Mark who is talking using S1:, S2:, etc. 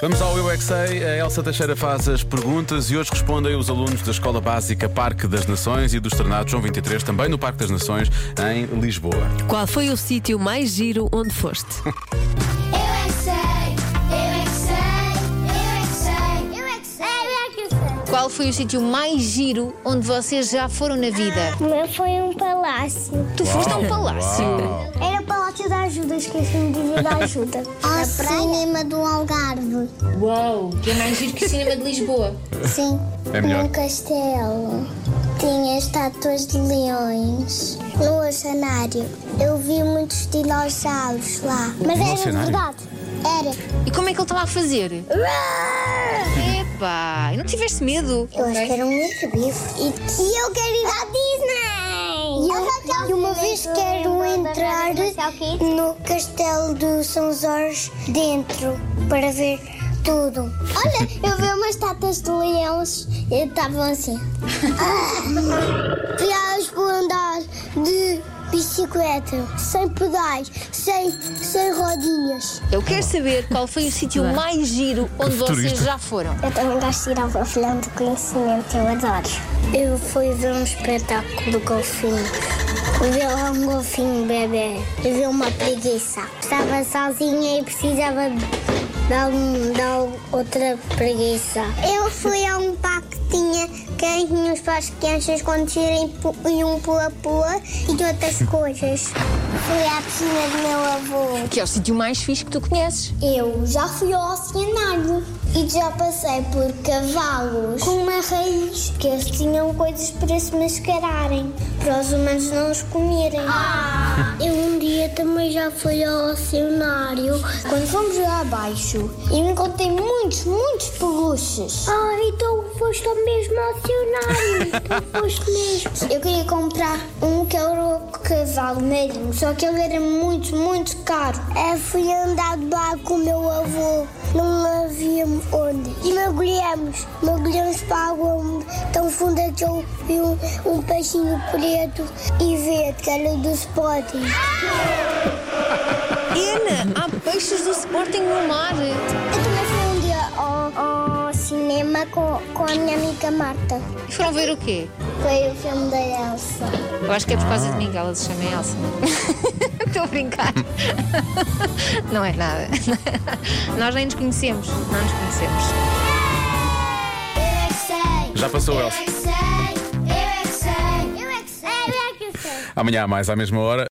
S1: Vamos ao Eu é Que Sei. A Elsa Teixeira faz as perguntas e hoje respondem os alunos da Escola Básica Parque das Nações e dos Tornados João 23, também no Parque das Nações, em Lisboa.
S2: Qual foi o sítio mais giro onde foste?
S3: Eu é que sei, eu é que sei, eu é que sei, eu é que sei, eu é que sei, eu
S4: Qual foi o sítio mais giro onde vocês já foram na vida?
S3: O meu foi um palácio.
S4: Tu foste a um palácio.
S3: Era o Palácio da Ajuda, esqueci-me de dizer da ajuda. Ao cinema do Algarve.
S4: Uau! Que é mais giro que o cinema de Lisboa.
S3: Sim.
S1: É melhor.
S3: Num castelo. Tinha estátuas de leões. No oceanário. Eu vi muitos dinossauros lá. Mas
S1: No era oceanário? verdade.
S3: Era.
S4: E como é que ele estava a fazer? Epá! E não tiveste medo?
S3: Eu acho que era um bife. E que eu quero ir à Disney! E, eu- e uma vez quero entrar no castelo do São Jorge dentro para ver tudo. Olha, eu vi umas estátuas de leões e estavam assim. Fui aos por andar de bicicleta, sem pedais, sem, sem rodinhas.
S4: Eu quero saber qual foi o sítio mais giro onde vocês
S1: futurista.
S4: já foram.
S3: Eu também gosto de ir ao pavilhão do conhecimento, eu adoro. Eu fui ver um espetáculo do golfinho. Ver lá um golfinho bebê e ver uma preguiça. Estava sozinha e precisava de, algum, de al- outra preguiça. Eu fui a um parque que tinha carrinhos para as crianças quando tirem e um pula-pula e outras coisas. Fui à piscina do meu avô.
S4: Que é o sítio mais fixe que tu conheces.
S3: Eu já fui ao oceanário e já passei por cavalos com uma raiz que eles tinham coisas para se mascararem, para os humanos não os comerem. Eu um dia também já fui ao oceanário quando fomos lá abaixo e encontrei muitos, muitos peluches. Ah, então foste ao mesmo oceanário, tu foste mesmo. Eu queria comprar um que era o cavalo mesmo, só que ele era muito, muito caro. Eu fui andar de barco com o meu avô, não havia onde. E mergulhamos, mergulhamos para a água tão funda que eu vi um, um peixinho preto e verde, que era do Sporting.
S4: Ana, há peixes do Sporting no mar.
S3: Eu também fui um dia ao, ao cinema com, com a minha amiga Marta.
S4: E foram ver o quê?
S3: Foi o filme da Elsa.
S4: Eu acho que é por causa de mim que ela se chama Elsa. Estou a brincar. Não é nada. Nós nem nos conhecemos. Não nos conhecemos.
S3: Eu é que sei.
S1: Já passou, Elsa.
S3: Eu é que sei. Eu é que sei. Eu é que sei.
S1: Amanhã, mais à mesma hora.